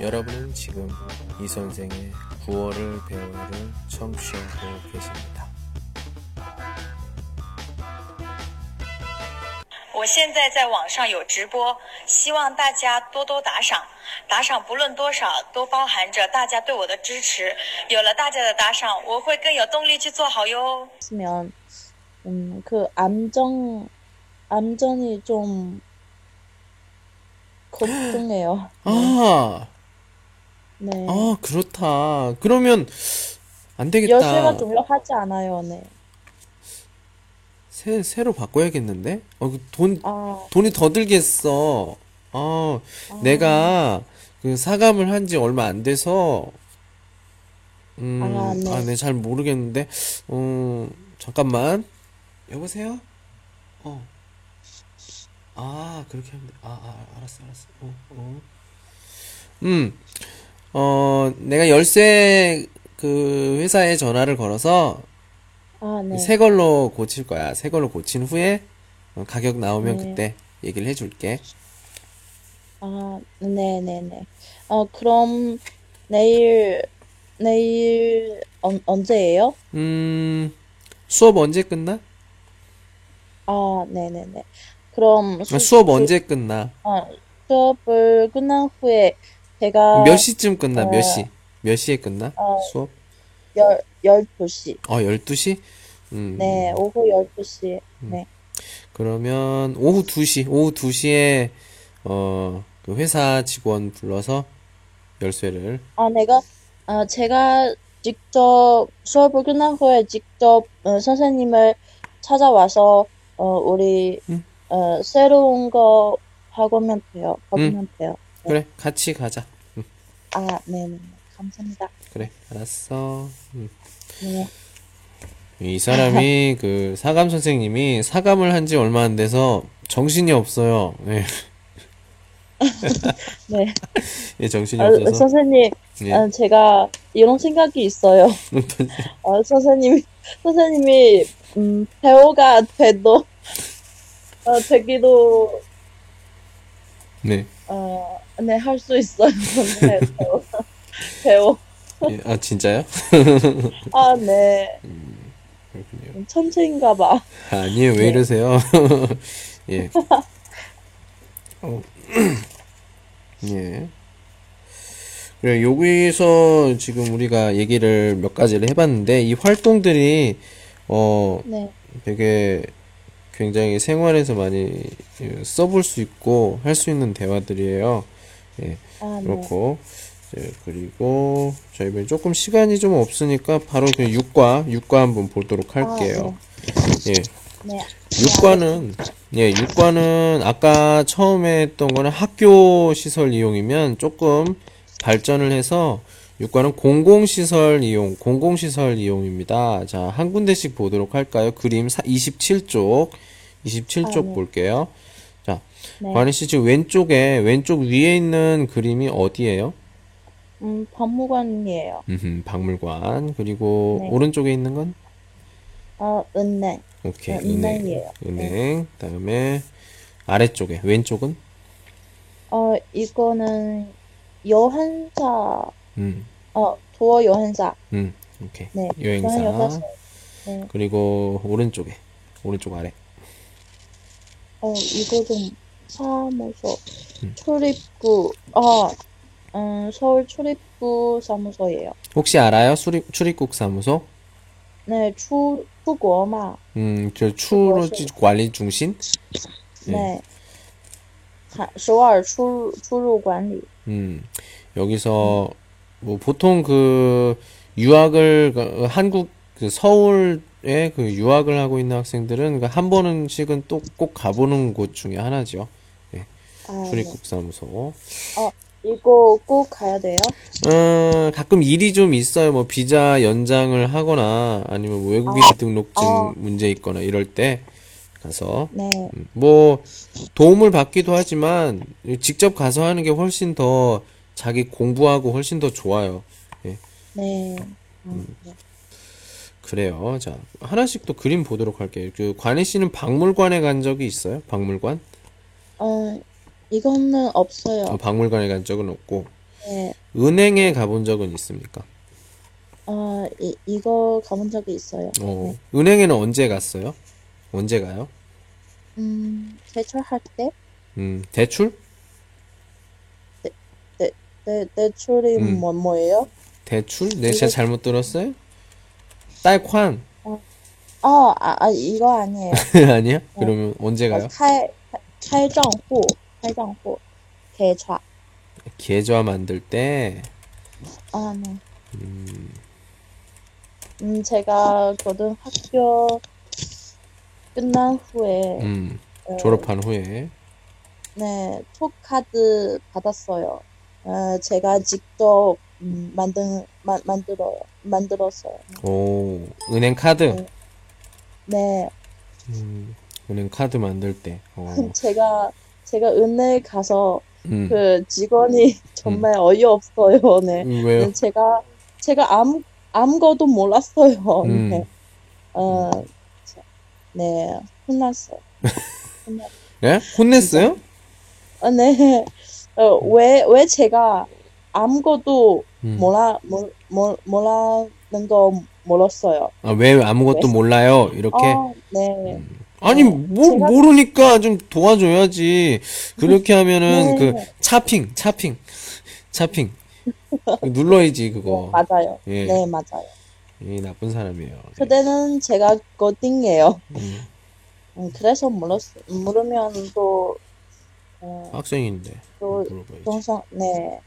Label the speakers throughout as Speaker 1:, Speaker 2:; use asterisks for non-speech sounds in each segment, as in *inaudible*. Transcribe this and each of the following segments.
Speaker 1: 여러분은 지금 이 선생의 구월을 배우를 청취하고 계십니다.
Speaker 2: 我现在在网上有直播，希望大家多多打赏，打赏不论多少，都包含着大家对我的支持。有了大家的打赏，我会更有动力去做好哟。
Speaker 3: 했으면 음, 그 암정 암전이 좀 걱정해요.
Speaker 1: 아,
Speaker 3: 네.
Speaker 1: 아 그렇다. 그러면 안 되겠다.
Speaker 3: 여세가 졸려하지 않아요. 네.
Speaker 1: 새 새로 바꿔야겠는데? 어돈
Speaker 3: 아,
Speaker 1: 돈이 더 들겠어. 어, 내가 그 사감을 한 지 얼마 안 돼서, 음,
Speaker 3: 아, 네.
Speaker 1: 아, 네, 잘 모르겠는데, 어, 잠깐만. 여보세요? 어. 아, 그렇게 하면 돼. 아, 아, 알았어, 알았어. 어, 어. 음, 어, 내가 열쇠 그 회사에 전화를 걸어서
Speaker 3: 아, 네.
Speaker 1: 새 걸로 고칠 거야. 새 걸로 고친 후에 어, 가격 나오면
Speaker 3: 네.
Speaker 1: 그때 얘기를 해줄게.
Speaker 3: 아, 네, 네, 네. 어, 그럼 내일 내일 언, 언제예요?
Speaker 1: 음, 수업 언제 끝나?
Speaker 3: 아, 네, 네, 네. 그럼
Speaker 1: 아,
Speaker 3: 수,
Speaker 1: 수업 언제 끝나?
Speaker 3: 어, 수업을 끝난 후에 제가
Speaker 1: 몇 시쯤 끝나? 몇
Speaker 3: 어,
Speaker 1: 시? 몇 시에 끝나?
Speaker 3: 어,
Speaker 1: 수업?
Speaker 3: 열 12시.
Speaker 1: 어, 12시? 음,
Speaker 3: 네, 오후 12시에. 네.
Speaker 1: 그러면 오후 2시, 오후 2시에 어, 그 회사 직원 불러서 열쇠를
Speaker 3: 아, 내가, 아, 제가 직접 수업을 끝난 후에 직접 어, 선생님을 찾아와서 어, 우리
Speaker 1: 응.
Speaker 3: 어, 새로운 거 바꾸면 돼요. 바꾸면 돼요.
Speaker 1: 그래, 같이 가자.
Speaker 3: 아, 네네. 감사합니다.
Speaker 1: 그래, 알았어. 음.
Speaker 3: 네.
Speaker 1: 이
Speaker 3: *laughs*
Speaker 1: 사람이 그 사감 선생님이 사감을 한 지 얼마 안 돼서 정신이 없어요. 예,
Speaker 3: 네.
Speaker 1: *laughs* 예, 정신이
Speaker 3: 아,
Speaker 1: 없어서.
Speaker 3: 선생님,
Speaker 1: 예.
Speaker 3: 아, 제가 이런
Speaker 1: *laughs*
Speaker 3: 생각이 있어요. 아, 선생님이, 선생님이, 음, 배우가 돼도, 어, 되기도,
Speaker 1: 네.
Speaker 3: 어, 네, 할 수 있어요. *laughs* 네, 배우. 배우.
Speaker 1: 예, 아, 진짜요? *laughs*
Speaker 3: 아, 네.
Speaker 1: 그렇군요.
Speaker 3: 천재인가 봐.
Speaker 1: 아니에요, 왜
Speaker 3: 네.
Speaker 1: 이러세요? *laughs*
Speaker 3: *laughs*
Speaker 1: 예. 어. *clears throat* 예. 그래, 여기서 지금 우리가 얘기를 몇 가지를 해봤는데, 이 활동들이, 어,
Speaker 3: 네.
Speaker 1: 되게 굉장히 생활에서 많이 예, 써볼 수 있고, 할 수 있는 대화들이에요. 예.
Speaker 3: 아, 네.
Speaker 1: 그렇고 이제 그리고 저희 이 조금 시간이 좀 없으니까 바로 그 육과 육과 한번 보도록 할게요. 예.
Speaker 3: 네.
Speaker 1: 육과는 예, 육과는 아까 처음에 했던 거는 학교 시설 이용이면 조금 발전을 해서 육과는 공공 시설 이용, 공공 시설 이용입니다. 자, 한 군데씩 보도록 할까요? 그림 27쪽. 27쪽
Speaker 3: 아, 네.
Speaker 1: 볼게요. 자,
Speaker 3: 네.
Speaker 1: 관희 씨 지금 왼쪽에 왼쪽 위에 있는 그림이 어디예요?
Speaker 3: 음, 박물관이에요.
Speaker 1: 음흠, 박물관. 그리고
Speaker 3: 네.
Speaker 1: 오른쪽에 있는 건?
Speaker 3: 어, 은행.
Speaker 1: 오케이,
Speaker 3: 어,
Speaker 1: 은행.
Speaker 3: 은행이에요. 네.
Speaker 1: 은행. 그다음에 아래쪽에 왼쪽은?
Speaker 3: 어, 이거는 여행사,
Speaker 1: 음.
Speaker 3: 어, 도어 여행사.
Speaker 1: 음. 오케이.
Speaker 3: 네.
Speaker 1: 여행사.
Speaker 3: 저는 여기서, 네.
Speaker 1: 그리고 오른쪽에. 오른쪽 아래.
Speaker 3: 어, 이거 좀 사무소.
Speaker 1: 음.
Speaker 3: 출입구. 어, 음, 서울 출입구 사무소예요.
Speaker 1: 혹시 알아요? 수립 출입국 사무소?
Speaker 3: 네, 출, 출국마.
Speaker 1: 음, 저 출입지 관리 중심?
Speaker 3: 네. 가- 首尔出入管理.
Speaker 1: 음. 여기서 뭐 보통 그 유학을 그 한국 그 서울에 그 유학을 하고 있는 학생들은 그한 번씩은 또 꼭 가보는 곳 중에 하나죠.
Speaker 3: 아, 네.
Speaker 1: 출입국 사무소.
Speaker 3: 이거 꼭 가야 돼요?
Speaker 1: 어, 가끔 일이 좀 있어요. 뭐 비자 연장을 하거나 아니면 뭐 외국인 등록증
Speaker 3: 어.
Speaker 1: 문제 있거나 이럴 때 가서
Speaker 3: 네.
Speaker 1: 음, 뭐 도움을 받기도 하지만 직접 가서 하는 게 훨씬 더 자기 공부하고 훨씬 더 좋아요. 예,
Speaker 3: 네. 음,
Speaker 1: 그래요. 자, 하나씩 또 그림 보도록 할게요. 그 관희 씨는 박물관에 간 적이 있어요? 박물관?
Speaker 3: 어, 이거는
Speaker 1: 어,
Speaker 3: 없어요.
Speaker 1: 박물관에 간 적은 없고.
Speaker 3: 네.
Speaker 1: 은행에 가본 적은 있습니까?
Speaker 3: 아, 이, 이거 가본 적이 있어요.
Speaker 1: 어, 은행에는 언제 갔어요? 언제 가요?
Speaker 3: 음, 대출할 때?
Speaker 1: 음, 대출?
Speaker 3: 대, 대, 대출이
Speaker 1: 음.
Speaker 3: 뭐, 뭐예요?
Speaker 1: 대출? 네, 제가 잘못 들었어요? 딸환
Speaker 3: 아, 아, 아, 이거 아니에요.
Speaker 1: *laughs* 아니야?
Speaker 3: 어.
Speaker 1: 그러면 *laughs* 언제 가요?
Speaker 3: 开开账户，开账户，开叉
Speaker 1: 계좌 만들 때,
Speaker 3: 아, 네. 음, 제가 고등학교 끝난 후에
Speaker 1: 음,
Speaker 3: 어,
Speaker 1: 졸업한 후에.
Speaker 3: 네, 톡카드 받았어요. 어, 제가 직접 음, 만든 만, 만들어 만들었어요.
Speaker 1: 오, 은행 카드?
Speaker 3: 네. 네,
Speaker 1: 음, 은행 카드 만들 때. 어,
Speaker 3: 제가 제가 은행 가서
Speaker 1: 음,
Speaker 3: 그 직원이 정말 어이없어요. 네.
Speaker 1: 음, 왜요?
Speaker 3: 네, 제가 제가 아무 아무것도 몰랐어요.
Speaker 1: 음,
Speaker 3: 네. 어, 자, 네, 혼났어요. 그,
Speaker 1: 네? 혼냈어요?
Speaker 3: 어, 네, 어, 왜, 왜 제가 아무것도
Speaker 1: 음.
Speaker 3: 몰라, 몰, 몰, 몰라는 거 몰랐어요.
Speaker 1: 아, 왜 아무것도
Speaker 3: 왜?
Speaker 1: 몰라요? 이렇게?
Speaker 3: 뭐,
Speaker 1: 음,
Speaker 3: 어, 네,
Speaker 1: 아니, 뭘
Speaker 3: 제가-
Speaker 1: 모르니까 좀 도와줘야지. 그렇게 하면은,
Speaker 3: 네.
Speaker 1: 그, 차핑, 차핑, 차핑.
Speaker 3: *laughs*
Speaker 1: 눌러야지, 그거.
Speaker 3: 맞아요.
Speaker 1: 예.
Speaker 3: 네, 맞아요.
Speaker 1: 이 나쁜 사람이에요.
Speaker 3: 그때는 제가 거딩이에요.
Speaker 1: 음,
Speaker 3: 음, 그래서 몰랐, 모르면 또, 어,
Speaker 1: 학생인데. 뭐
Speaker 3: 또,
Speaker 1: 물어봐야지.
Speaker 3: 동성, 네,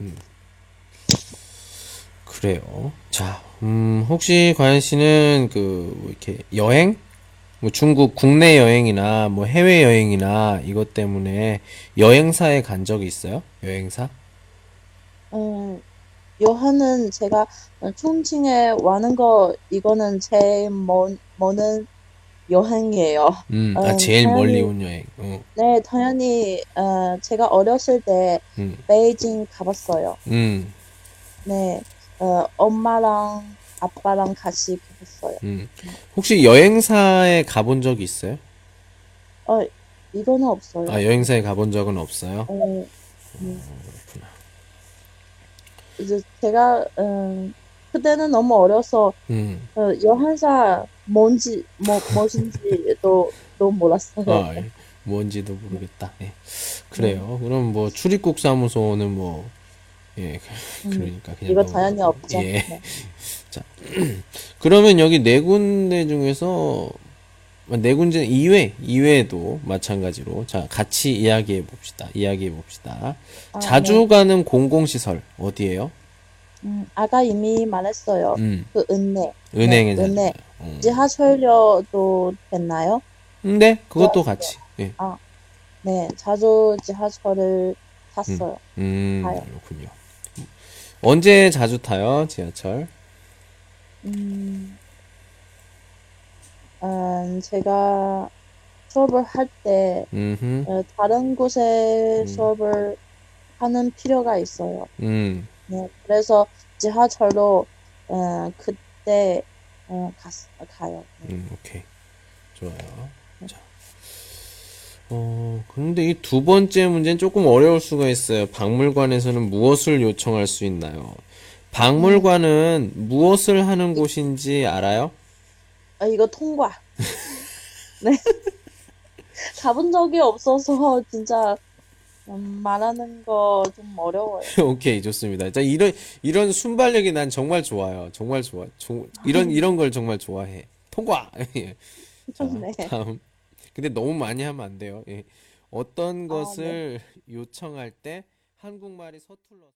Speaker 1: 그래요. 자, 음, 혹시 과연 씨는 그, 뭐 이렇게 여행? 뭐 중국 국내 여행이나 뭐 해외 여행이나 이것 때문에 여행사에 간 적이 있어요? 여행사?
Speaker 3: 음, 요한은 제가 어, 충칭에 와는 거, 이거는 제일 먼, 먼 여행이에요.
Speaker 1: 음, 아,
Speaker 3: 어,
Speaker 1: 제일
Speaker 3: 당연히-
Speaker 1: 멀리 온 여행. 어,
Speaker 3: 네, 당연히, 어, 제가 어렸을 때
Speaker 1: 음,
Speaker 3: 베이징 가봤어요.
Speaker 1: 음,
Speaker 3: 네, 어, 엄마랑 아빠랑 같이 가봤어요.
Speaker 1: 음. 혹시 여행사에 가본 적이 있어요?
Speaker 3: 어, 이거는 없어요.
Speaker 1: 아, 여행사에 가본 적은 없어요?
Speaker 3: 어, 음. 이제 제가, 음, 그때는 너무 어려서,
Speaker 1: 음,
Speaker 3: 어, 여행사 뭔지, 뭐, 무엇인지도, *laughs* 또 몰랐어요.
Speaker 1: 아, 예. 뭔지도 모르겠다. 예.
Speaker 3: 음.
Speaker 1: 그래요. 그럼 뭐 출입국 사무소는 뭐, 예, 그- 그러니까 그냥
Speaker 3: 음. 이거
Speaker 1: 넘어가고.
Speaker 3: 당연히 없죠.
Speaker 1: 예.
Speaker 3: 네.
Speaker 1: 그러면 여기 네 군데 중에서 네 군데 2회, 2회도 마찬가지로 자, 같이 이야기해 봅시다. 이야기해 봅시다.
Speaker 3: 아,
Speaker 1: 자주 가는 공공시설 어디예요?
Speaker 3: 음, 아까 이미 말했어요.
Speaker 1: 음.
Speaker 3: 그 은행.
Speaker 1: 은행에
Speaker 3: 네,
Speaker 1: 자주
Speaker 3: 은행.
Speaker 1: 가요. 음.
Speaker 3: 지하철역도 됐나요?
Speaker 1: 근데 그것도 같이. 예.
Speaker 3: 네, 자주 지하철을 탔어요.
Speaker 1: 음,
Speaker 3: 가요.
Speaker 1: 그렇군요. 언제 자주 타요? 지하철?
Speaker 3: 음, 음, 제가 수업을 할 때
Speaker 1: 음.
Speaker 3: 어, 다른 곳에
Speaker 1: 음.
Speaker 3: 수업을 하는 필요가 있어요.
Speaker 1: 음.
Speaker 3: 네, 그래서 지하철로 어, 그때 어, 갔, 가요. 네.
Speaker 1: 음, 오케이. 좋아요. 자. 어, 근데 이 두 번째 문제는 조금 어려울 수가 있어요. 박물관에서는 무엇을 요청할 수 있나요? 박물관은 무엇을 하는 곳인지 알아요? *laughs*
Speaker 3: 아, 이거 통과. 네. *laughs* 가본 적이 없어서 진짜 음, 말하는 거 좀 어려워요.
Speaker 1: 오케이, 좋습니다. 자, 이런, 이런 순발력이 난 정말 좋아요. 정말 좋아. 조- 이런, 이런 걸 정말 좋아해. 통과! *laughs* 예. 자,
Speaker 3: 네.
Speaker 1: 다음. 근데 너무 많이 하면 안 돼요. 예. 어떤 것을 요청할 때 한국말이 서툴러